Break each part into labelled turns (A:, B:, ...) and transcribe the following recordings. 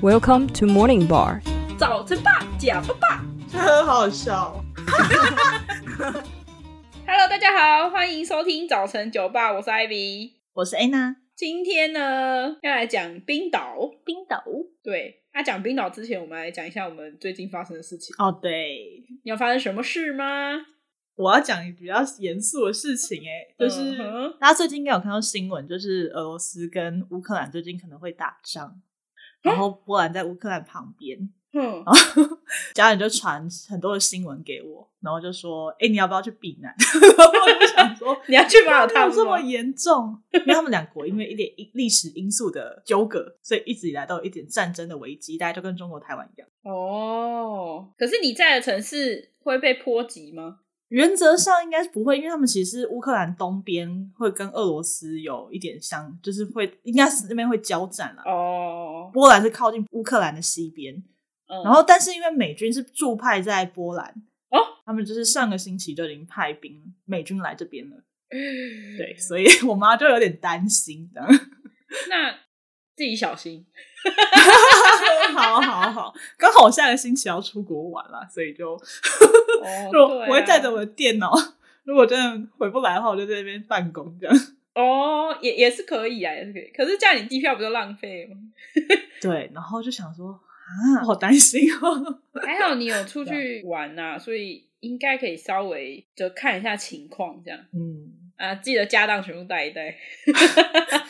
A: Welcome to Morning Bar。
B: 早晨吧，假爸爸。
C: 很好笑。
B: Hello，大家好，欢迎收听早晨酒吧，我是 Ivy。
D: 我是 Anna，
B: 今天呢，要来讲冰岛。
D: 冰岛。
B: 对，那、讲冰岛之前，我们来讲一下我们最近发生的事情。
D: 哦，对，
B: 你有发生什么事吗？
D: 我要讲比较严肃的事情、哎，就是、
B: 嗯哼
D: 大家最近应该有看到新闻，就是俄罗斯跟乌克兰最近可能会打仗，然后波兰在乌克兰旁 边，
B: 哼，
D: 然后家人就传很多的新闻给我，然后就说，哎、你要不要去避 难？然后我就想 说。
B: 你要去马
D: 哪
B: 尔他
D: 有
B: 姆
D: 这么
B: 吗
D: 严重？因为他们两国因为一点历史因素的纠葛，所以一直以来都有一点战争的危机，大家就跟中国台湾一样。
B: 哦，可是你在的城市会被波及吗？
D: 原则上应该是不会，因为他们其实乌克兰东边会跟俄罗斯有一点相，就是会应该是那边会交战了。
B: 哦，
D: 波兰是靠近乌克兰的西边，
B: 嗯
D: 然后但是因为美军是驻派在波兰，
B: 哦，
D: 他们就是上个星期就已经派兵美军来这边了，
B: 嗯
D: 对，所以我妈就有点担心的。
B: 那自己小心。
D: 好好好，刚好我下个星期要出国玩了，所以就
B: 哦
D: 如果
B: 对啊
D: 我会带着我的电脑，如果真的回不来的话，我就在那边办公这样。
B: 哦，也也是可以啊，也是可以。可是这样你机票不就浪费了吗？
D: 对，然后就想说啊，好担心哦。
B: 还好你有出去玩呐、所以应该可以稍微就看一下情况这样
D: 嗯，
B: 啊，记得家当全部带一带。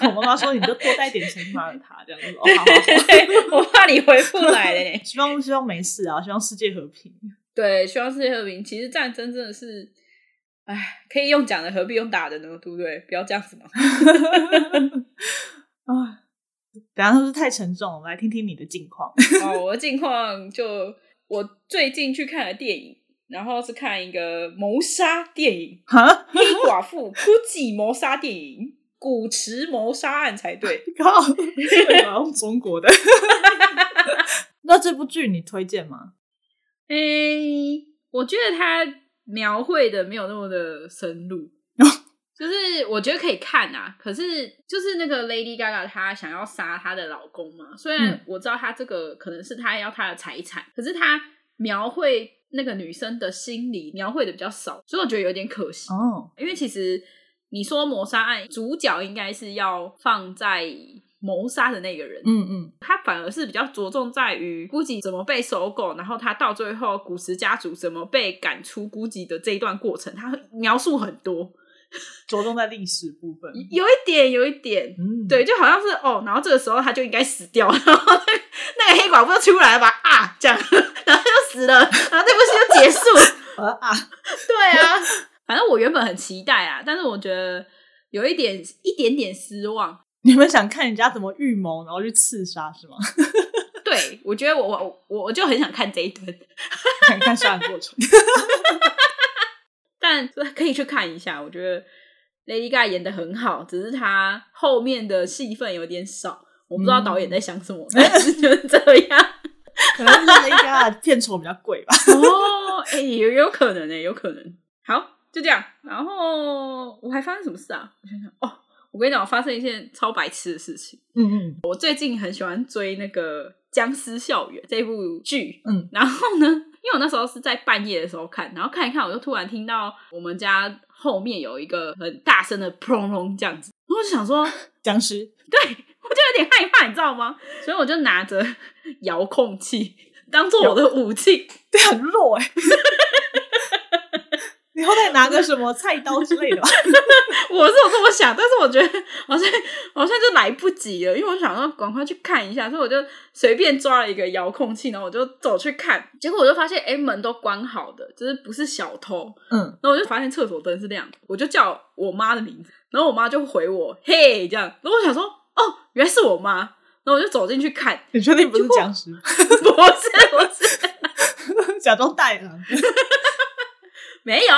D: 我妈妈说你就多带点钱去马耳他这样子。哦，好好
B: 我怕你回不来了嘞
D: 好 。希望希望没事啊，希望世界和平。
B: 对，希望世界和平。其实战争真的是，哎，可以用讲的，何必用打的呢？对不对？不要这样 子嘛。
D: 啊，等一下是不是太沉重了？我们来听听你的近况。，
B: 哦，我的近况就我最近去看了电影，然后是看一个谋杀电影
D: 哈，
B: 黑寡 妇哭泣谋杀电影， 古驰谋杀案才对。
D: 靠，为什么要用中国的？ 那这部剧你推荐吗？
B: 诶、我觉得他描绘的没有那么的深入，
D: 哦
B: 就是我觉得可以看啊。可是就是那个 Lady Gaga 她想要杀她的老公嘛，虽然
D: 嗯
B: 我知道她这个可能是她要她的财产，可是她描绘那个女生的心理描绘的比较少，所以我觉得有点可惜。
D: 哦，
B: 因为其实你说谋杀案，主角应该是要放在谋杀的那个人，
D: 嗯嗯，
B: 他反而是比较着重在于估计怎么被收购，然后他到最后古时家族怎么被赶出估计的这一段过程，他描述很多，
D: 着重在历史部分。
B: 有一点，有一点。
D: 嗯，
B: 对，，就好像是哦，然后这个时候他就应该死掉， 然后那个那个黑寡妇就出来了吧啊，这样，然后他就死了，然后这部戏就结束 了。
D: 呃啊，
B: 对啊，反正我原本很期待啊，但是我觉得有一点一点点失望，
D: 你们想看人家怎么预谋，然后去刺杀是吗？
B: 对，我觉得我我我我就很想看这一段，
D: 想 看杀人过程。
B: 但可以去看一下。我觉得 Lady Gaga 演的很好，只是她后面的戏份有点少，我不知道导演在想什么，但是就是 这样。
D: 可能是一家片酬比较贵吧。
B: 哦，哎、有有可能呢、有可能。好，就这样。然后我还发生什么事啊？我想想，哦，我跟你讲，我发生一件超白痴的事情。
D: 嗯嗯
B: 我最近很喜欢追那个《僵尸校园》这部剧，
D: 嗯，
B: 然后呢，因为我那时候是在半夜的时候看，然后看一看，我就突然听到我们家后面有一个很大声的砰砰这样子，然后我就想说，
D: 僵尸
B: 我就有点害怕，你知道吗？所以我就拿着遥控器当做我的武器，
D: 对很弱哎、 你后来拿个什么菜刀之类的吧？
B: 我是有这么想，但是我觉得好像好像就来不及了，因为我想要赶快去看一下，所以我就随便抓了一个遥控器，然后我就走去看，结果我就发现，哎、门都关好的，就是不是小偷，
D: 嗯，
B: 然后我就发现厕所灯是亮的，我就叫我妈的名字，然后我妈就回我嘿这样，然后我想说，哦，原来是我妈，然后我就走进去看，
D: 你确定不是僵尸？
B: 不是，不是。
D: 假装大野狼。
B: 没有，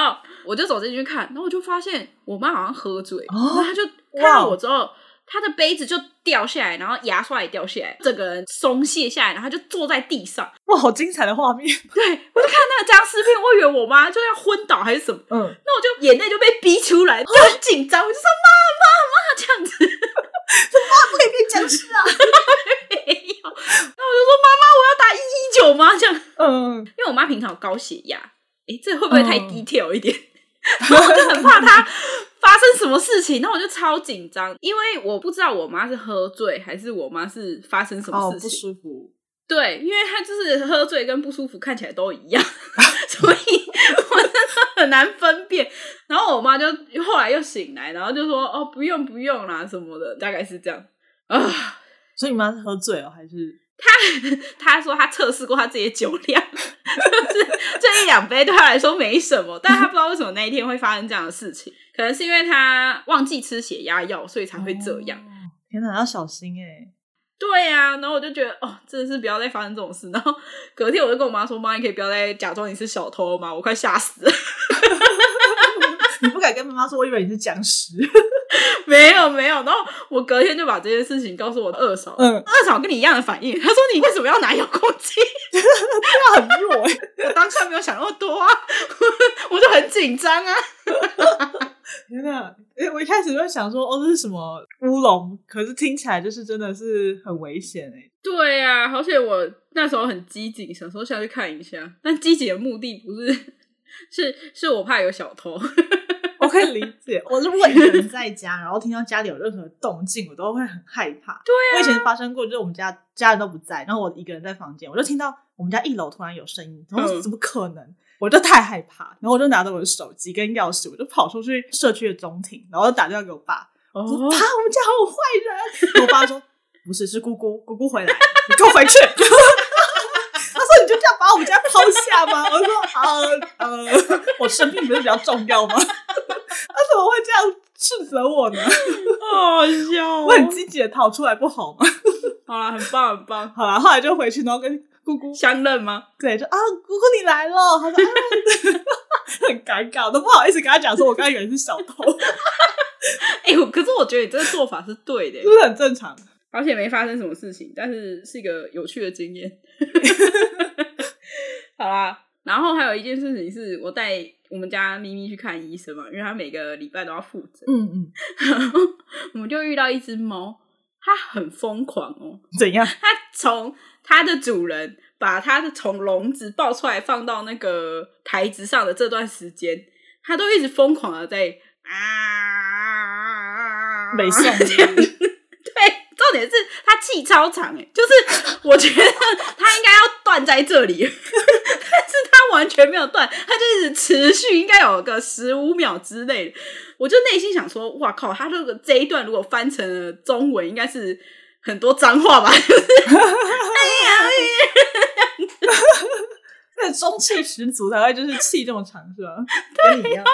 B: 我就走进去看，然后我就发现我妈好像喝醉，
D: 哦
B: 然后她就看到我之后，她的杯子就掉下来，然后牙刷也掉下来，整个人松懈下来，然后她就坐在地上。
D: 哇，好精彩的画面。
B: 对我就看那个僵尸片，我以为我妈就要昏倒还是什么，
D: 嗯，
B: 那我就眼泪就被逼出来，就很紧张，我就说妈妈妈这样子。
D: 不可以变僵尸啊！
B: 没有，那我就说是我妈这样，因
D: 嗯，
B: 为我妈平常有高血压，诶、这会不会太
D: 嗯
B: detail 一点？然后我就很怕她发生什么事情，那我就超紧张，因为我不知道我妈是喝醉还是我妈是发生什么
D: 哦，
B: 事
D: 不
B: 情。
D: 舒服，
B: 对，因为他就是喝醉跟不舒服看起来都一 样，所以我真的很难分辨。然后我妈就后来又醒来，然后就说：“哦，不用不用啦，什么的，大概是这样。”啊，
D: 所以你妈是喝醉哦，还是
B: 她说她测试过她自己的酒量， 就是这一两杯对她来说没什么，但她不知道为什么那一天会发生这样的事情，可能是因为她忘记吃血压药，所以才会这样。
D: 哦天哪，要小心哎、
B: 对呀、然后我就觉得哦，真的是不要再发生这种事。然后隔天我就跟我妈说：“妈，你可以不要再假装你是小偷吗？我快吓死了。
D: 你不敢跟妈妈说，我以为你是僵尸。”
B: 没有没有，然后我隔天就把这件事情告诉我的二嫂，
D: 嗯，
B: 二嫂跟你一样的反应，她说：“你为什么要拿遥控器
D: 那很弱哎、？”
B: 我当下没有想那么多啊， 我就很紧张啊。
D: 天哪！哎，我一开始就想说，哦，这是什么乌龙？可是听起来就是真的是很危险哎、
B: 对呀、而且我那时候很机警，想说下去看一下，但机警的目的不是。是是我怕有小 偷，
D: 我可以理解，我是如果一个人在家，然后听到家里有任何动静，我都会很害怕。对啊，我以前发生过，就是我们家家人都不在，然后我一个人在房间，我就听到我们家一楼突然有声音，然后我说
B: 嗯
D: 怎么可能？我就太害怕，然后我就拿着我的手机跟钥匙，我就跑出去社区的中庭，然后打电话给我爸，
B: 哦
D: 我说：“爸，我们家好坏人。”我 爸说：“不是，是姑姑，姑姑回来，你跟我回去。” 他说：“你就这样把我们家抛下吗？”我说：“呃呃，我生病不是比较重要吗？” 他怎么会这样斥责我呢？
B: 好笑、哦
D: 我很积极的逃出来不好吗？
B: 好啦，很棒很棒，
D: 好啦，后来就回去，然后跟姑姑
B: 相认吗？
D: 对，就啊，姑姑你来了，他说、啊、 很尴尬，我都不好意思跟他讲说，我刚才以为是小偷，
B: 哎、我可是我觉得你这个做法是对的
D: 这，是很正常。
B: 而且没发生什么事情，但是是一个有趣的经验。 好啦，然后还有一件事情是我带我们家咪咪去看医生嘛，因为她每个礼拜都要复诊，
D: 嗯嗯，
B: 然后我们就遇到一只猫，它很疯狂哦，
D: 怎样？
B: 它从它的主人把它的从笼子抱出来放到那个台子上的这段时间，它都一直疯狂的在啊，
D: 没送
B: 这样对，重点是他气超长哎、就是我觉得他应该要断在这里， 但是他完全没有断，他就一直持续，应该有个十五秒之类的。我就内心想说，哇靠，他这个这一段如果翻成了中文，应该是很多脏话吧？
D: 那中气十足才会就是气这么长 是吧？跟你一样，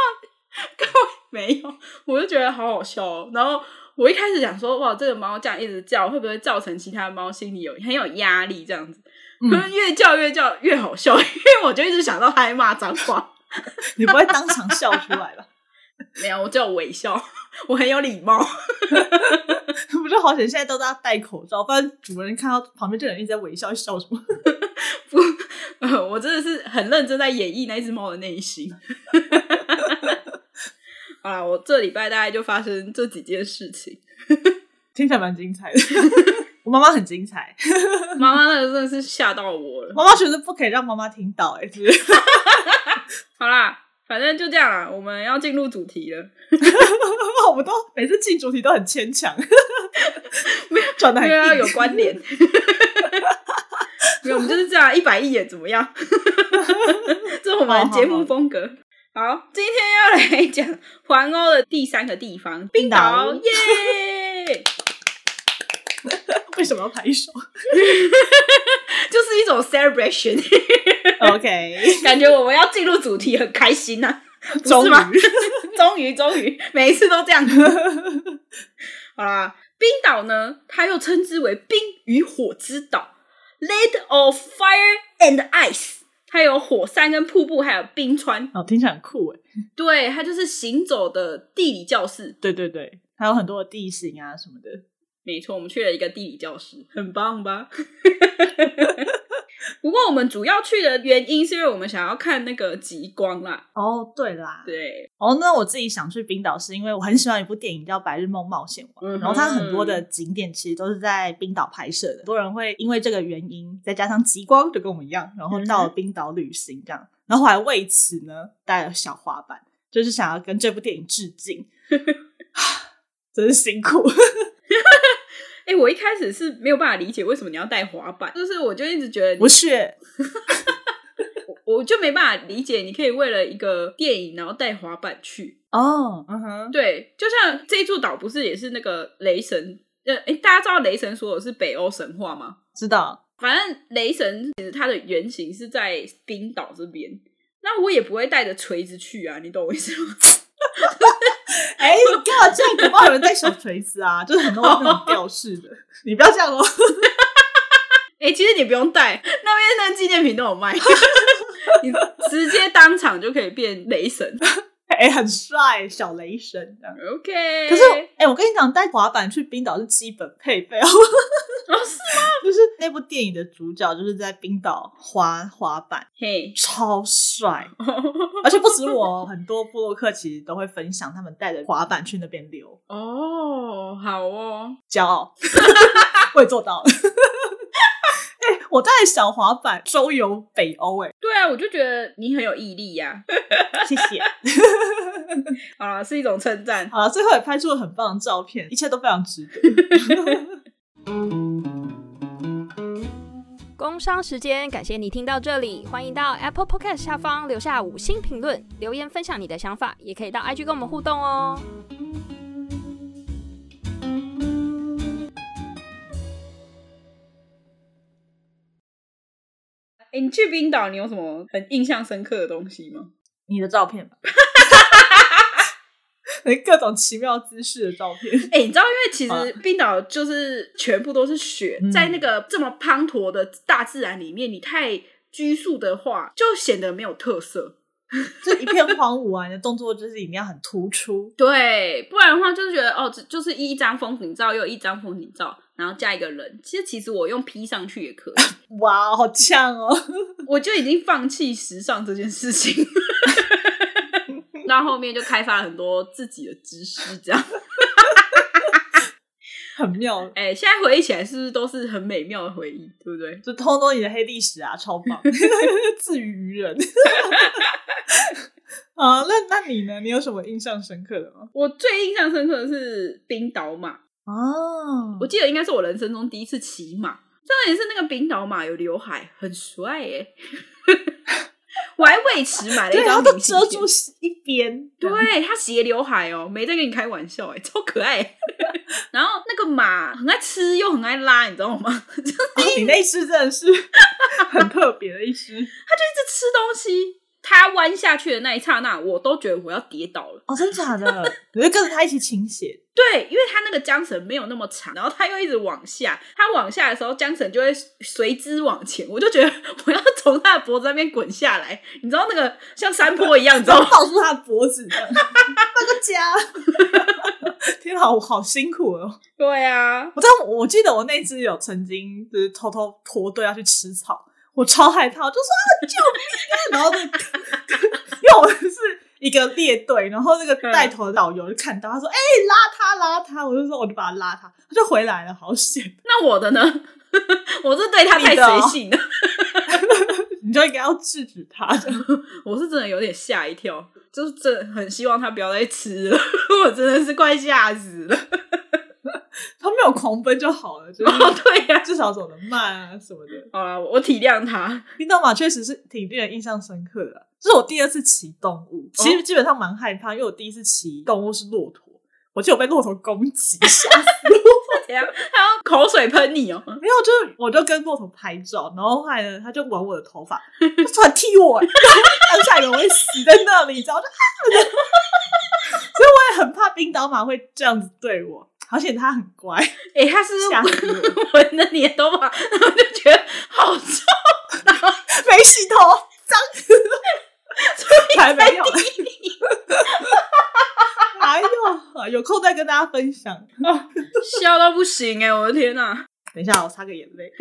B: 没有，我就觉得好好笑哦。然后我一开始想说，哇，这个猫这样一直叫，会不会造成其他猫心里有很有压力这样子？
D: 嗯
B: 可是越叫越叫越好笑， 因为我就一直想到它在骂脏话。
D: 你不会当场笑出来吧？
B: 没有，我只有微笑，我很有礼貌。
D: 不就好险，现在都大家戴口罩，不然主人看到旁边这个人一直在微笑，笑什么？
B: 不，呃我真的是很认真在演绎那只猫的内心。好啦，我这礼拜大概就发生这几件事情。
D: 听起来蛮精彩的。 我妈妈很精彩，
B: 妈妈那个真的是吓到我了。
D: 妈妈觉得不可以让妈妈听到、哎，是不是？
B: 好啦，反正就这样啦，我们要进入主题了。
D: 我们都每次进主题都很牵强， 没有转的很
B: 对啊，有
D: 硬
B: 关 联。没有，我们就是这样，一百亿也怎么 样？这是我们的节目风格。哦好，今天要来讲环欧的第三个地方——冰岛，
D: 冰岛
B: 耶！
D: 为什么要拍手
B: 就是一种 celebration，
D: ？OK，
B: 感觉我们要进入主题，很开心啊呐、
D: 终
B: 不是吗
D: 于，
B: 终于，终于，每一次都这样。 好啦，冰岛呢，它又称之为冰与火之岛 （Land of Fire and Ice），它有火山、跟瀑布，还有冰川。
D: 哦，听起来很酷哎。
B: 对，它就是行走的地理教室。
D: 对对对，还有很多的地形啊什么的。
B: 没错，我们去了一个地理教室，很棒吧？ 不过我们主要去的原因是因为我们想要看那个极光啦。
D: 哦，对啦，
B: 对，
D: 哦，那我自己想去冰岛是因为我很喜欢一部电影叫《白日梦冒险王》，
B: 嗯哼
D: 然后它很多的景点其实都是在冰岛拍摄的，很多人会因为这个原因，再加上极光，就跟我们一样，然后到了冰岛旅行这样，然后我还为此呢带了小滑板，就是想要跟这部电影致敬， 真是辛苦。
B: 哎，我一开始是没有办法理解为什么你要带滑板，就是我就一直觉得你
D: 不是，
B: 我就没办法理解，你可以为了一个电影然后带滑板去。
D: 哦，嗯哼，
B: 对，就像这座岛不是也是那个雷神？呃，诶，大家知道雷神所有是北欧神话吗？
D: 知道，
B: 反正雷神其实它的原型是在冰岛这边。那我也不会带着锤子去啊，你懂我意思吗？
D: 哎、你干嘛这样？搞不好有人带小锤子啊，就是很多那种吊饰的，你不要这样哦。
B: 哎、其实你不用带，那边的纪念品都有卖， 你直接当场就可以变雷神。
D: 哎、很帅，小雷神这样。
B: OK，
D: 可是，哎、我跟你讲，带滑板去冰岛是基本配备哦。 就是那部电影的主角就是在冰岛滑滑板，
B: 嘿，
D: 超 帅，而且不止我，哦很多布洛克其实都会分享他们带着滑板去那边溜，
B: 哦，好哦，
D: 骄傲， 我也做到了。 哎、我带小滑板周游北欧，哎，
B: 对啊，我就觉得你很有毅力呀、
D: 谢谢。
B: 好啦，是一种称赞。
D: 好了，最后也拍出了很棒的照片，一切都非常值得。
A: 工商时间，感谢你听到这里，欢迎到 Apple Podcast 下方留下五星评论，留言分享你的想法，也可以到 IG 跟我们互动哦。
B: 哎、你去冰岛，你有什么很印象深刻的东西吗？
D: 你的照片 吧。各种奇妙姿势的照片，
B: 哎、你知道，因为其实
D: 啊
B: 冰岛就是全部都是雪，
D: 嗯
B: 在那个这么滂沱的大自然里面，你太拘束的话，就显得没有特色。
D: 就一片荒芜啊！你的动作就是一定要很突出，
B: 对，不然的话就是觉得哦，这就是一张风景照，又一张风景照，然后加一个人。其实其实我用 P 上去也可以，
D: 哇，好呛哦！
B: 我就已经放弃时尚这件事情。 到后面就开发了很多自己的知识，这样。
D: 很妙，
B: 哎、现在回忆起来，是不是都是很美妙的回忆，对不对？
D: 就通通你的黑历史啊，超 棒，自娱于人。 啊，那那你呢？你有什么印象深刻的吗？
B: 我最印象深刻的是冰岛马，
D: 哦
B: 我记得应该是我人生中第一次骑马，真的也是那个冰岛马有刘海，很帅耶、我还为此买了一
D: 对，然啊后
B: 张
D: 都
B: 明信
D: 遮
B: 片
D: 住一边，啊
B: 对他斜刘海哦，没在跟你开玩笑哎，超可爱。 然后那个马很爱吃又很爱拉，你知道吗？就一直
D: 哦你那一只真 的是很特别的一只
B: 吃东西。它弯下去的那一刹那，我都觉得我要跌倒了。
D: 哦，真假 的？你就跟着它一起倾斜，
B: 对，因为它那个缰绳没有那么长，然后它又一直往下，它往下的时候缰绳就会随之往前，我就觉得我要从它的脖子那边滚下来，你知道那个像山坡一样，你知
D: 然
B: 道吗？
D: 后 抱住它的脖子， 这样大个家。 天啊，我好辛苦哦！
B: 对啊，
D: 我但我记得我那只有曾经就是偷偷脱队要去吃草，我超害怕，我就说啊救命啊！然后就 因为我是一个列队，然后那个带头的导游就看到，他说哎、拉他拉他，我就说我就把他拉他，他就回来了，好险！
B: 那我的呢？ 我是对它太
D: 你的哦
B: 随性了，
D: 你就应该要制止他，这样
B: 我是真的有点吓一跳，就是真的很希望他不要再吃了， 我真的是快吓死了。
D: 他没有狂奔就好了，就是
B: 哦，对呀、
D: 至少走得慢啊什么的。
B: 好啦，我体谅他。
D: 冰岛马确实是挺令人印象深刻的啊、这是我第二次骑动物，其实基本上蛮害怕，因为我第一次骑动物是骆驼，我记得我被骆驼攻击，吓死
B: 怎样？他用口水喷你 哦、
D: 没有，就是我就跟骆驼拍照，然后后来呢，他就玩我的头发，就突然踢我、欸， 当下有人会死在那里，你知道吗？ 就啊，所以我也很怕冰岛马会这样子对我，而且它很乖，
B: 哎、他是不
D: 吓
B: 是
D: 死我，
B: 闻了你的头发，然后就觉得好臭，
D: 没洗头，脏，才没 有，哎呦，有空再跟大家分 享。
B: 欸笑到不行哎、我的天哪、
D: 等一下，我擦个眼泪。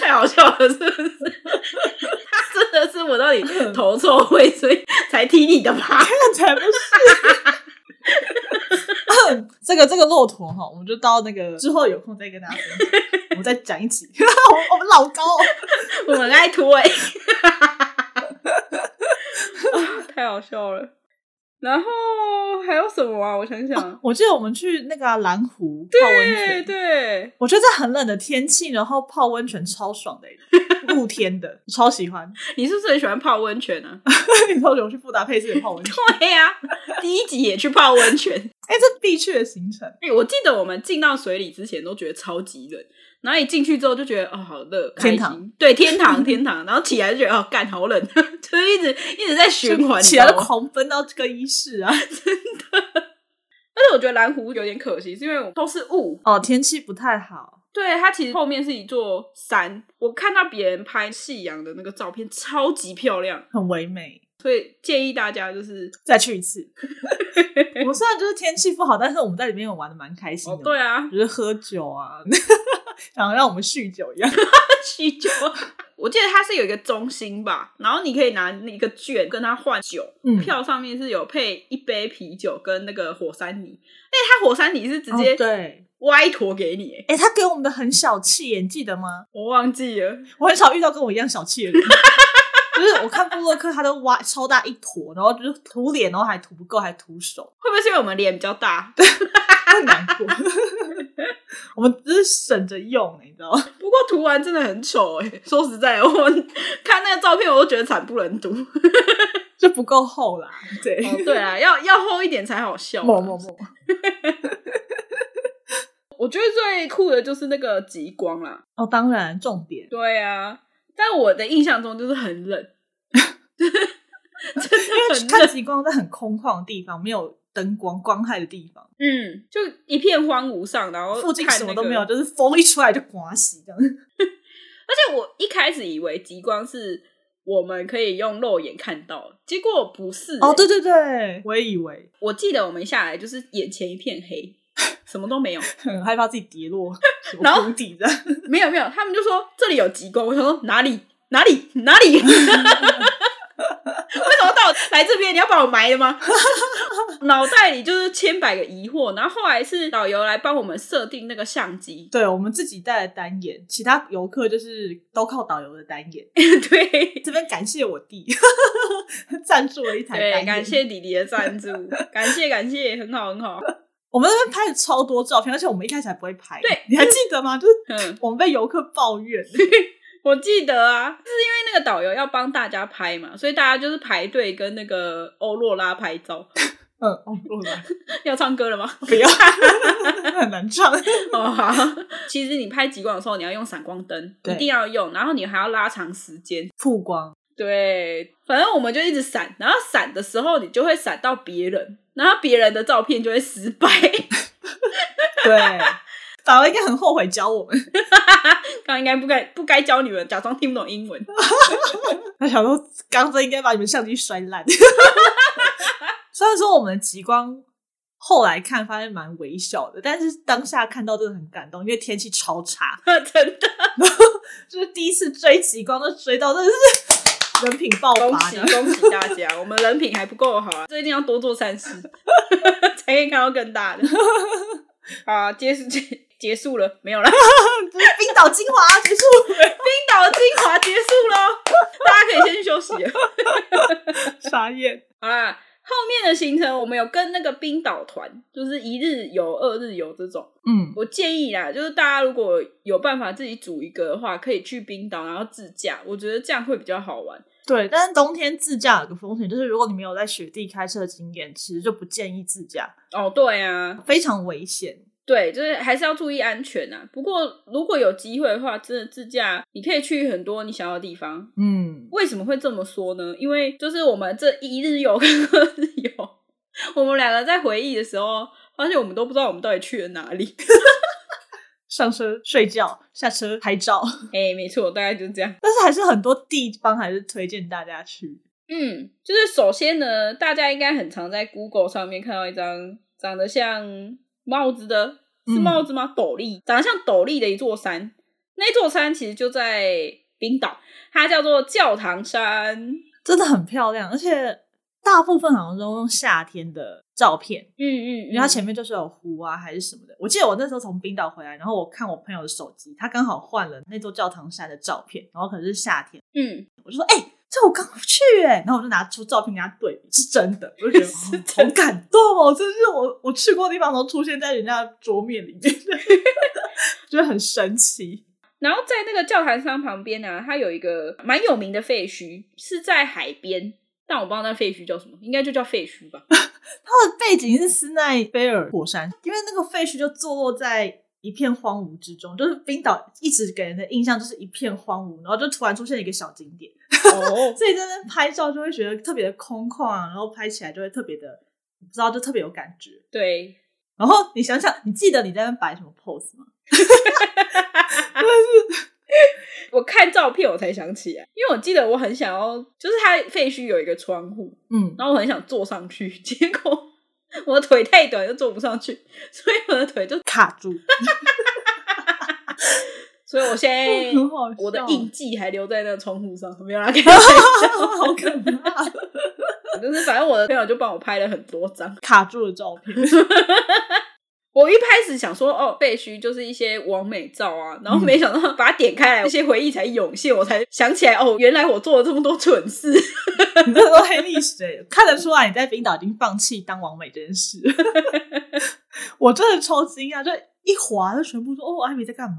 B: 太好笑了，是不 是？他真的是我到底投错位，所以才踢你的吧？
D: 那才不是。这个这个骆驼哈，我们就到那个之后有空再跟大家分享，我们再讲一集。 我我们老高哦，
B: 我很爱突 哎、太好笑了。然后还有什么啊？我想想，
D: 我记得我们去那个啊蓝湖泡温
B: 对
D: 泉，
B: 对，
D: 我觉得在很冷的天气，然后泡温泉超爽的欸，露天的，超喜欢。
B: 你是不是很喜欢泡温泉啊？
D: 你知道我去布达佩斯也泡温泉，
B: 对呀、第一集也去泡温泉。
D: 哎、这必去的行 程。
B: 哎、我记得我们进到水里之前都觉得超级冷，然后一进去之后就觉得哦好热，开
D: 天
B: 心
D: 堂
B: 对天堂天堂，然后起来就觉得哦干好冷， 就是一直一直在循环，
D: 起来
B: 了
D: 就。狂奔到这个衣室啊！
B: 但是我觉得蓝湖有点可惜，是因为都是雾，
D: 哦，天气不太好，
B: 对它其实后面是一座山，我看到别人拍夕阳的那个照片超级漂亮，
D: 很唯美。
B: 所以建议大家就是
D: 再去一次。 我们虽然就是天气不好，但是我们在里面有玩的蛮开心
B: 哦
D: 的。
B: 对啊，
D: 就是喝酒啊， 然后让我们酗酒一 样。
B: 酗酒。 我记得它是有一个中心吧，然后你可以拿那个券跟它换酒，
D: 嗯
B: 票上面是有配一杯啤酒跟那个火山泥，哎，它火山泥是直接
D: 哦对，
B: 歪坨给你、欸
D: 哎、他给我们的很小气耶，你记得吗？
B: 我忘记了，
D: 我很少遇到跟我一样小气的人。 就是我看布洛克，他都挖超大一坨，然后就是涂脸，然后还涂不够，还涂手，
B: 会不会是因为我们脸比较大？
D: 很难过。 我们只是省着用，你知道吗？
B: 不过涂完真的很丑哎、欸说实在的，我看那个照片我都觉得惨不忍睹。哦，
D: 就不够厚啦。对，
B: 对啊，要要厚一点才好笑啊。
D: 某某某，
B: 我觉得最酷的就是那个极光啦，
D: 哦，当然重点，
B: 对啊，但我的印象中就是很冷，真
D: 因
B: 的
D: 为
B: 很
D: 看
B: 冷，
D: 极光在很空旷的地方，没有灯光光害的地方，
B: 嗯，就一片荒芜上，然后
D: 附近
B: 哦看
D: 什么
B: 那个
D: 都没有，就是风一出来就刮洗这样。
B: 而且我一开始以为极光是我们可以用肉眼看到的，结果不是、欸
D: 哦，对，对对，我也以为
B: 我记得我们下来就是眼前一片黑， 什么都没有，
D: 很害怕自己 跌落什么
B: 然后
D: 谷底的，
B: 没有没有，他们就说这里有极光，我想说哪里哪里哪里。 为什么到来这边你要把我埋了吗？ 脑袋里就是千百个疑惑，然后后来是导游来帮我们设定那个相机，
D: 对我们自己带的单眼，其他游客就是都靠导游的单眼。哎
B: 对
D: 这边感谢我弟 赞助了一台单
B: 对，
D: 眼，
B: 感谢弟弟的赞助，感谢感谢，很好很好，
D: 我们那边拍了超多照片，而且我们一开始还不会拍，
B: 对
D: 你还记得吗？就是
B: 嗯，
D: 我们被游客抱怨，
B: 我记得啊，是因为那个导游要帮大家拍嘛，所以大家就是排队跟那个欧若拉拍照。
D: 嗯，哦，不了
B: 要唱歌了吗？
D: 不要， 很难唱，
B: 哦，好。 其实你拍极光的时候，你要用闪光灯，
D: 对
B: 一定要用，然后你还要拉长时间。
D: 曝光，
B: 对，反正我们就一直闪，然后闪的时候你就会闪到别人，然后别人的照片就会失败。
D: 对，导游应该很后悔教我们，
B: 刚刚应该不该不该教你们假装听不懂英文。
D: 他想说，刚真应该把你们相机摔烂。 虽然说我们的极光后来看发现蛮微小的，但是当下看到真的很感动，因为天气超差，
B: 真的，
D: 就是第一次追极光都追到，真的是人品爆
B: 恭
D: 发
B: 喜
D: 的。
B: 恭喜大家！我们人品还不够好啊，最近要多做善事， 才可以看到更大的。 啊，结束结结束了，没有了。
D: 就是冰岛精华啊结束，
B: 冰岛精华结束喽，大家可以先去休息了。
D: 傻眼。
B: 好啦，后面的行程我们有跟那个冰岛团，就是一日游、二日游这种。
D: 嗯，
B: 我建议啦，就是大家如果有办法自己组一个的话，可以去冰岛，然后自驾，我觉得这样会比较好玩。
D: 对。但是冬天自驾有个风险，就是如果你没有在雪地开车经验，其实就不建议自驾，
B: 哦，对啊，
D: 非常危险。
B: 对，就是还是要注意安全啊。不过如果有机会的话，真的自驾，你可以去很多你想要的地方，
D: 嗯，
B: 为什么会这么说呢？因为就是我们这一日游跟二日游，我们两个在回忆的时候，发现我们都不知道我们到底去了哪里。
D: 上车睡觉，下车拍照。
B: 哎、没错，大概就是这样。
D: 但是还是很多地方还是推荐大家去。
B: 嗯，就是首先呢，大家应该很常在 Google 上面看到一张长得像帽子的，是
D: 嗯
B: 帽子吗？斗笠，长得像斗笠的一座山。那座山其实就在冰岛，它叫做教堂山。
D: 真的很漂亮，而且大部分好像都用夏天的照片，
B: 嗯嗯，
D: 因为它前面就是有湖啊还是什么的。我记得我那时候从冰岛回来，然后我看我朋友的手机，他刚好换了那座教堂山的照片，然后可能是夏天，
B: 嗯，
D: 我就说：“哎、这我刚去哎、然后我就拿出照片跟他对比，是真的，我就觉 得哦好感动哦，这是我我去过的地方，然后出现在人家的桌面里面， 觉得很神奇。
B: 然后在那个教堂山旁边呢、啊它有一个蛮有名的废墟，是在海边，但我不知道那废墟叫什么，应该就叫废墟 吧。
D: 它的背景是斯奈菲尔火山，因为那个废墟就坐落在。一片荒芜之中，就是冰岛一直给人的印象就是一片荒芜，然后就突然出现一个小景点，
B: 哦，
D: 所以在那边拍照就会觉得特别的空旷啊，然后拍起来就会特别的，不知道就特别有感觉。
B: 对，
D: 然后你想想，你记得你在那边摆什么 pose 吗？
B: 我看照片我才想起来，因为我记得我很想要，就是它废墟有一个窗户，
D: 嗯，
B: 然后我很想坐上去， 结果我的腿太短就坐不上去，所以我的腿就，
D: 卡住，
B: 所以我现在
D: 很好笑，
B: 我的印记还留在那个窗户上，没有啦，
D: 好可怕，
B: 就是反正我的 朋友就帮我拍了很多张。
D: 卡住的照片，
B: 我一开始想说，哦，废墟就是一些完美照啊，然
D: 嗯
B: 后没想到把它点开来，一些回忆才涌现，我才想起来，哦，原来我做了这么多蠢事。
D: 你这都黑历史、欸，看得出来你在冰岛已经放弃当王美这件 事。我真的超惊讶，就一滑就全部说哦，艾米在干嘛？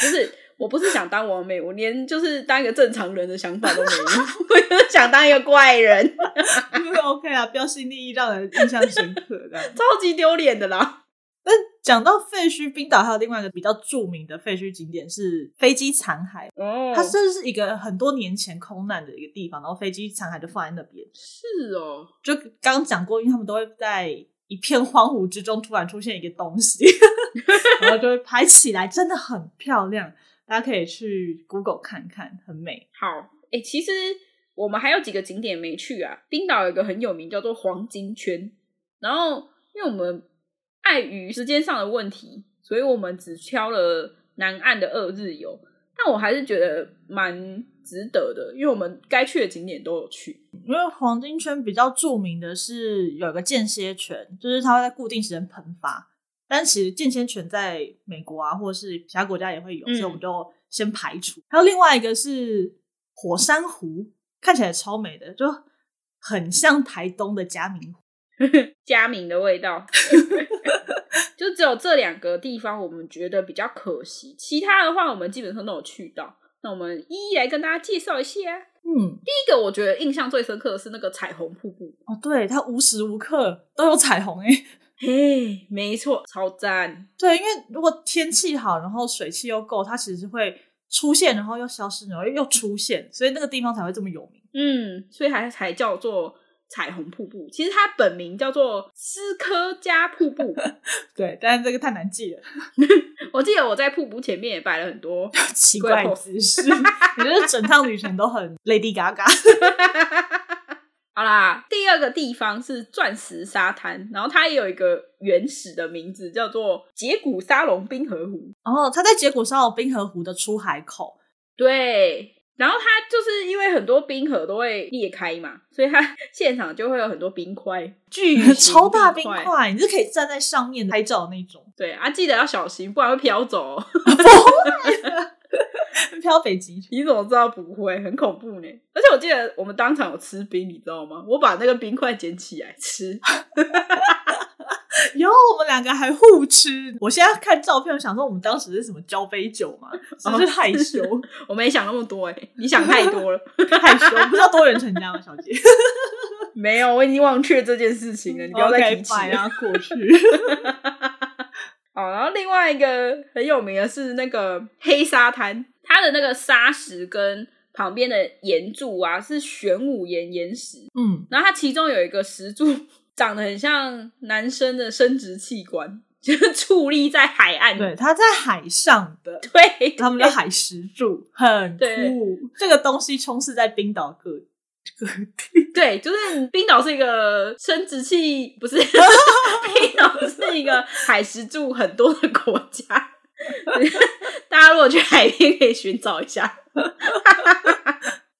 B: 就是我不是想当完美，我连就是当一个正常人的想法都没有，我就是想当一个怪人，
D: 就是 OK 啊，标新立异，让人印象深刻这样。
B: 超级丢脸的啦。
D: 但讲到废墟，冰岛还有另外一个比较著名的废墟景点是飞机残骸，
B: 哦
D: 它这是一个很多年前空难的一个地方，然后飞机残骸就放在那边。
B: 是哦，
D: 就刚刚讲过，因为他们都会在一片荒芜之中突然出现一个东西，然后就会拍起来，真的很漂亮。大家可以去 Google 看看，很美。
B: 好，哎、其实我们还有几个景点没去啊。冰岛有一个很有名叫做黄金圈，然后因为我们碍于时间上的问题，所以我们只挑了南岸的二日游。但我还是觉得蛮值得的，因为我们该去的景点都有去。
D: 因为黄金圈比较著名的是有一个间歇泉，就是它会在固定时间喷发。但其实间歇泉在美国啊，或者是其他国家也会有，
B: 嗯
D: 所以我们就先排除。还有另外一个是火山湖，看起来超美的，就很像台东的嘉明湖。
B: 佳明的味道，就只有这两个地方我们觉得比较可惜，其他的话我们基本上都有去到。那我们一一来跟大家介绍一下。啊
D: 嗯，
B: 第一个我觉得印象最深刻的是那个彩虹瀑布，
D: 哦，对，它无时无刻都有彩虹诶。
B: 嘿，没错，超赞。
D: 对，因为如果天气好，然后水汽又够，它其实会出现，然后又消失，然后又又出现，所以那个地方才会这么有名。
B: 嗯，所以还才叫做彩虹瀑布。其实它本名叫做斯科加瀑布。
D: 对，但是这个太难记了，
B: 我记得我在瀑布前面也摆了很多，
D: 奇
B: 怪
D: 怪的
B: pose
D: 姿势。 我觉得整趟旅程都很 Lady Gaga。
B: 好啦，第二个地方是钻石沙滩，然后它也有一个原始的名字，叫做杰古沙龙冰河湖。
D: 然后它在结果烧有冰河湖的出海口，
B: 对，然后它就是因为很多冰河都会裂开嘛，所以它 现场就会有很多冰块，巨型
D: 超大冰
B: 冰块。
D: 块，你是可以站在上面拍照的那种，
B: 对啊，记得要小心，不然会飘走、哦。
D: 飘北极 圈。
B: 你怎么知道不会？很恐怖呢！而且我记得我们当场有吃冰，你知道吗？我把那个冰块捡起来吃，
D: 然后我们两个还互吃。我现在看照片，我想说我们当时是什么交杯酒嘛，只是害羞。
B: 我没想那么多哎，你想太多了。
D: 害羞，不知道多元成家吗，小姐？
B: 没有，我已经忘却这件事情了， 你不要再提起
D: o k
B: 了。
D: 啊，过 去。
B: 哦，然后另外一个很有名的是那个黑沙滩，它的那个沙石跟旁边的岩柱啊是玄武岩岩石，
D: 嗯，
B: 然后它其中有一个石柱长得很像男生的生殖器官，就是矗立在海岸。
D: 对，他在海上的，
B: 对，
D: 他们叫海石柱，很
B: 对
D: 酷。这个东西充斥在冰岛各各地，
B: 对，就是冰岛是一个生殖器，不是冰岛是一个海石柱很多的国家， 大家如果去海边可以寻找一下。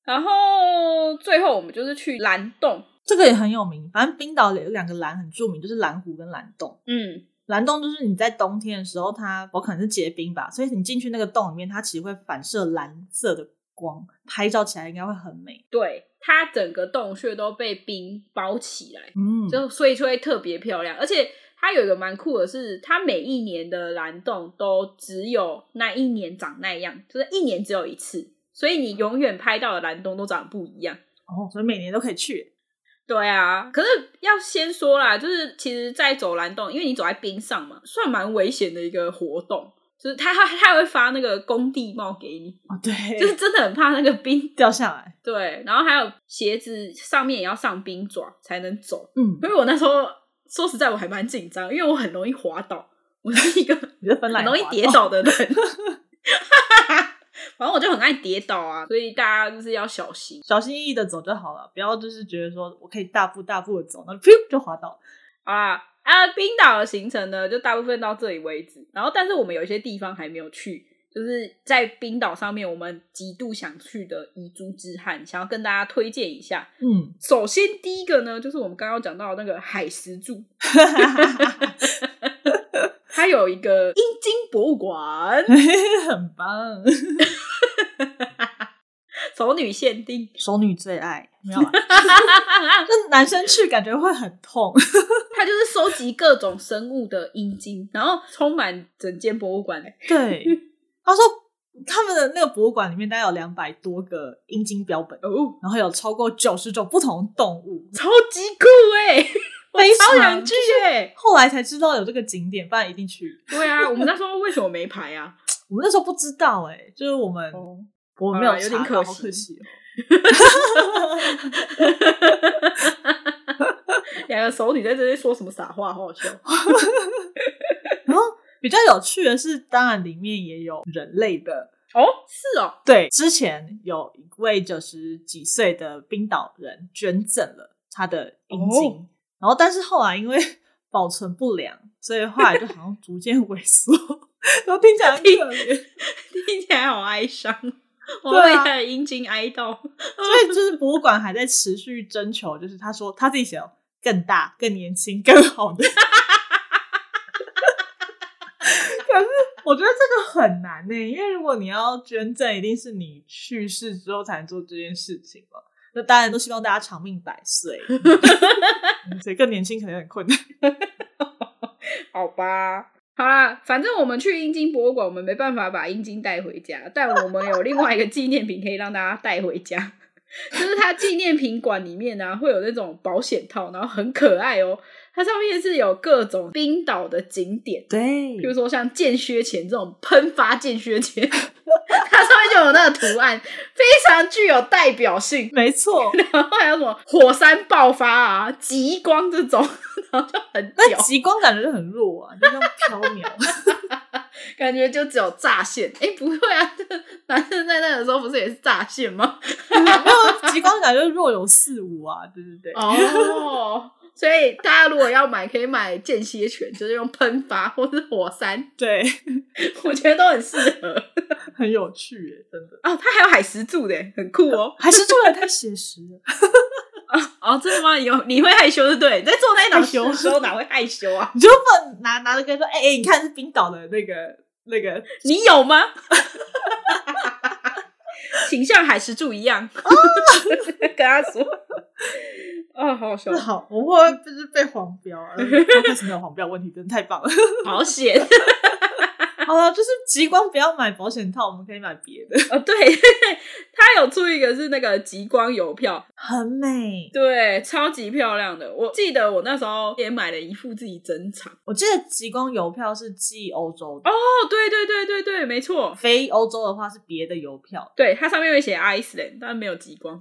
B: 然后最后我们就是去蓝洞，
D: 这个也很有名。反正冰岛有两个蓝很著名，就是蓝湖跟蓝洞。
B: 嗯，
D: 蓝洞就是你在冬天的时候它，我可能是结冰吧，所以你进去那个洞里面，它其实会反射蓝色的光，拍照起来应该会很美。
B: 对，它整个洞穴都被冰包起来，
D: 嗯，
B: 就所以就会特别漂亮。而且它有一个蛮酷的是，它每一年的蓝洞都只有那一年长那样，就是一年只有一次，所以你永远拍到的蓝洞都长不一样。
D: 哦，所以每年都可以去。
B: 对啊，可是要先说啦，就是其实，在走蓝洞，因为你走在冰上嘛，算蛮危险的一个活动。就是他他他会发那个工地帽给你，
D: 哦，对，
B: 就是真的很怕那个冰。
D: 掉下来。
B: 对，然后还有鞋子上面也要上冰爪才能走。
D: 嗯，
B: 所以我那时候说实在我还蛮紧张，因为我很容易滑倒，我是一个很
D: 你在芬兰
B: 容易跌
D: 滑
B: 倒的人。反正我就很爱跌倒啊，所以大家就是要小心。
D: 小心翼翼的走就好了，不要就是觉得说我可以大步大步的走，然后噗 就滑倒。
B: 好啦，啊，冰岛的行程呢，就大部分到这里为止。然后，但是我们有一些地方还没有去，就是在冰岛上面，我们极度想去的遗珠之憾，想要跟大家推荐一下。
D: 嗯，
B: 首先，第一个呢，就是我们刚刚讲到的那个海石 柱，它有一个阴茎博物馆，
D: 很棒，
B: 熟女限定。
D: 熟女最爱没 有啦，啊那男生去感觉会很 痛。
B: 它就是收集各种生物的阴茎，然后充满整间博物馆。
D: 对，他说他们的那个博物馆里面大概有两百多个阴茎标本，
B: 哦，
D: 然后有超过九十种不同动 物，
B: 超级酷哎、我
D: 非
B: 超
D: 常
B: 想去哎、
D: 后来才知道有这个景点，不然一定去。
B: 对啊，我们那时候为什么没排啊？
D: 我们那时候不知道哎、就是我们、
B: 哦，
D: 我呃们没有
B: 好啦有点
D: 查到
B: 可
D: 好
B: 惜
D: 可惜哦。
B: 两个熟女在这边说什么傻话，好好笑。
D: 比较有趣的是，当然里面也有人类的。
B: 哦，是哦，
D: 对，之前有一位九十几岁的冰岛人捐赠了他的阴茎，
B: 哦
D: 然后但是后来因为 保存不良，所以后来就好像逐渐萎缩， 然后听起来很可怜。
B: 听起来好哀伤。我
D: 对
B: 为
D: 啊
B: 他的阴茎哀悼。
D: 所以就是博物馆还在持续征求，就是他说他自己想要更大、更年轻、更好的。 可是我觉得这个很难呢、因为如果你要捐赠，一定是你去世之后才能做这件事情嘛。那当然都希望大家长命百岁， 嗯所以更年轻可能很困难。
B: 好吧，好啦，反正我们去阴茎博物馆，我们没办法把阴茎带回家，但我们有另外一个纪念品可以让大家带回家。就是它纪念品馆里面呢、啊，会有那种保险套，然后很可爱哦。它上面是有各种冰岛的景点，
D: 对
B: 比如说像剑靴钱这种喷发剑靴钱，它上面就有那个图案，非常具有代表性。
D: 没错。
B: 然后还有什么火山爆发啊、极光这种，然后就很
D: 那
B: 屌，
D: 极光感觉就很弱啊，就像飘渺。
B: 感觉就只有乍现。哎，不对啊， 这男生在那个时候不是也是乍现吗？
D: 没有极光感觉就若有似无啊，对对对。
B: 哦， 所以大家如果要买，可以买间歇犬，就是用喷发或是火山，
D: 对，
B: 我觉得都很适合
D: 很有趣耶，真的。
B: 哦。它还有海石柱的，很酷哦。
D: 还是做的太写实了。
B: 哦，真的吗？有你会害羞，对不对？你在做那一档
D: 害
B: 事
D: 羞
B: 的时候哪会 害羞啊？
D: 你就不能拿拿着跟他说，哎、哎、你看是冰岛的那个那个，
B: 你有吗？ 请像海石柱一样， 跟他说。哦，好好笑
D: 是，好，我会不会 就是被黄标啊？开始没有黄标问题，真的太棒了。
B: 好险！
D: 好了，就是极光不要买保险套，我们可以买别的，
B: 哦，对， 他有出一个是那个极光邮票，
D: 很美。
B: 对，超级漂亮的。我记得我那时候也买了一副自己珍藏。
D: 我记得极光邮票是寄欧洲的，
B: 哦，对对对对对，没错，
D: 非欧洲的话是别的邮票，
B: 对，它上面会写 Iceland，但没有极光。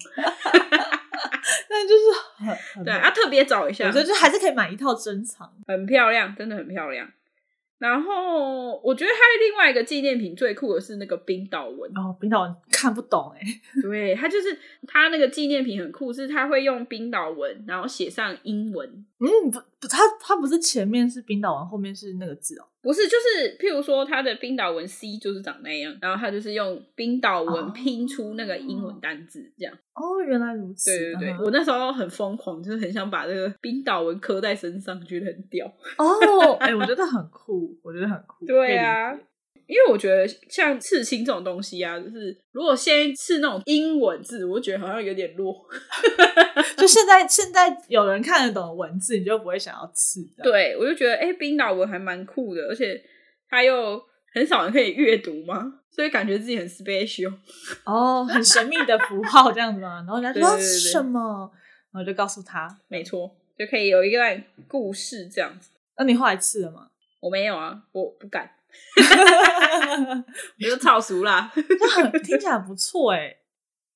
D: 但就是很很
B: 对
D: 美。
B: 啊，特别找一下
D: 嗯我觉。得就还是可以买一套珍藏。
B: 很漂亮，真的很漂亮。然后我觉得还有另外一个纪念品最酷的是那个冰岛纹，
D: 然后哦冰岛人看不懂哎、
B: 对，它就是它那个纪念品很酷，是它会用冰岛文，然后写上英文，
D: 嗯，不他他不是前面是冰岛完，后面是那个字哦。
B: 不是，就是譬如说，它的冰岛文 C 就是长那样，然后它就是用冰岛
D: 哦
B: 文拼出那个英文单字，这样。
D: 哦，原来如此。
B: 对对对，
D: 嗯
B: 我那时候很疯狂，就是很想把这个冰岛文刻在身上，觉得很屌。
D: 哦， 哎、我觉得很酷，我觉得很酷。
B: 对啊
D: 可以理解，
B: 因为我觉得像刺青这种东西啊，就是如果先刺那种英文字，我觉得好像有点弱。
D: 就现在现在有人看得懂的文字，你就不会想要吃。这样，
B: 对，我就觉得哎、诶冰岛文还蛮酷的，而且它又很少人可以阅读嘛，所以感觉自己很 special。
D: 哦，很神秘的符号这样子嘛，然后人家就
B: 对对
D: 说
B: 对对
D: 是什么，然后就告诉他。
B: 没错，就可以有一段故事这样子。
D: 那你后来吃了吗？
B: 我没有啊，我不敢，我就超俗 啦。
D: 就很听起来不错哎、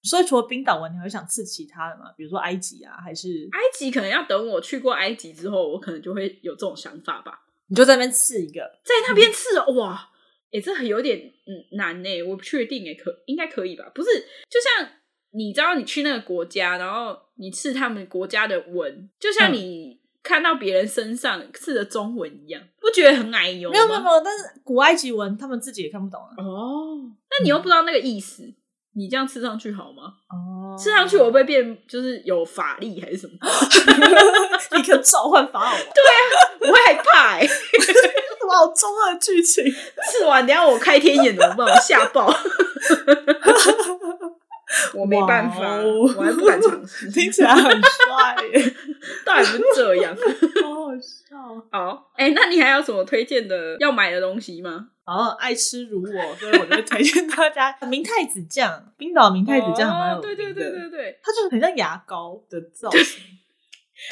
D: 所以除了冰岛文，你还会想吃其他的吗？比如说埃及啊，还是
B: 埃及可能要等我去过埃及之后，我可能就会有这种想法吧。
D: 你就在那边刺一个？
B: 在那
D: 嗯
B: 边刺哦哇，哎、这很有点嗯难呢、我不确定哎、可应该可以吧？不是，就像你知道你去那个国家，然后你刺他们国家的文，就像
D: 嗯
B: 你看到别人身上刺的中文一样，不觉得很矮油吗？
D: 没有没有没有，但是古埃及文他们自己也看不懂啊。
B: 哦，那你
D: 嗯
B: 又不知道那个意思，你这样刺上去好吗？
D: 哦
B: 刺上去我会不会变就是有法力还是什么？
D: 立刻召唤法老王，
B: 我会害怕哎、
D: 这什么好中二剧情？
B: 刺完等一下我开天眼怎么办？我吓爆！ 我没办
D: 哇
B: 法，
D: 哦
B: 我还不敢尝 试。
D: 听起 来很帅耶，
B: 到底不是这样。
D: 好好笑哦。
B: 好，哎、那你还有什么推荐的要买的东西吗？
D: 然后爱吃如我，所以我就推荐大家明太子 酱，冰岛明太子酱还蛮有
B: 哦
D: 名
B: 对对
D: 的
B: 对对对，
D: 它就很像牙膏的造型。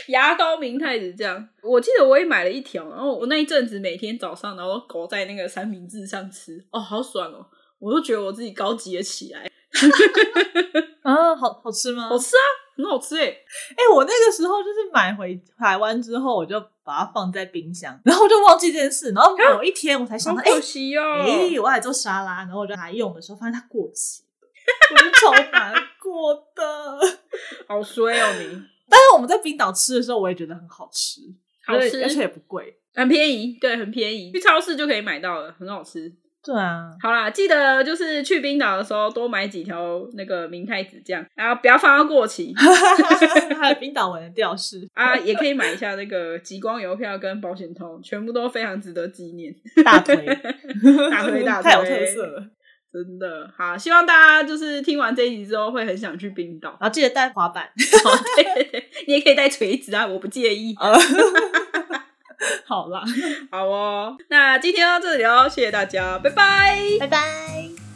B: 牙膏明太子酱，我记得我也买了一条，然后我那一阵子每天早上，然后搞在那个三明治上吃，哦，好爽哦！我都觉得我自己高级了起来，
D: 啊，好好吃吗？
B: 好吃啊，很好吃哎！
D: 哎、我那个时候就是买回台湾之后，我就把它放在冰箱，然后我就忘记这件事，然后某一天我才想
B: 好
D: 到，哎
B: 可惜哦，
D: 哎、我来做沙拉，然后我就拿来用的时候，发现它过期了，我就超难过的。
B: 好衰哦你，
D: 但是我们在冰岛吃的时候，我也觉得很好吃，
B: 好
D: 而且而且
B: 吃，
D: 也不贵。
B: 很便宜，对，很便宜，去超市就可以买到了，很好吃。
D: 对啊，
B: 好啦，记得就是去冰岛的时候多买几条那个明太子酱，然后不要放到过 期
D: 还有冰岛文的调式，
B: 啊，也可以买一下那个极光邮票跟保险套，全部都非常值得纪 念。
D: 大腿
B: 大推大推
D: 太有特色了。。
B: 真的好，希望大家就是听完这一集之后会很想去冰岛
D: 然后记得带滑板。
B: 对， 你也可以带锤子啊，我不介意。
D: 好啦，
B: 好哦，那今天到这里哦，谢谢大家，拜拜。
D: 拜拜。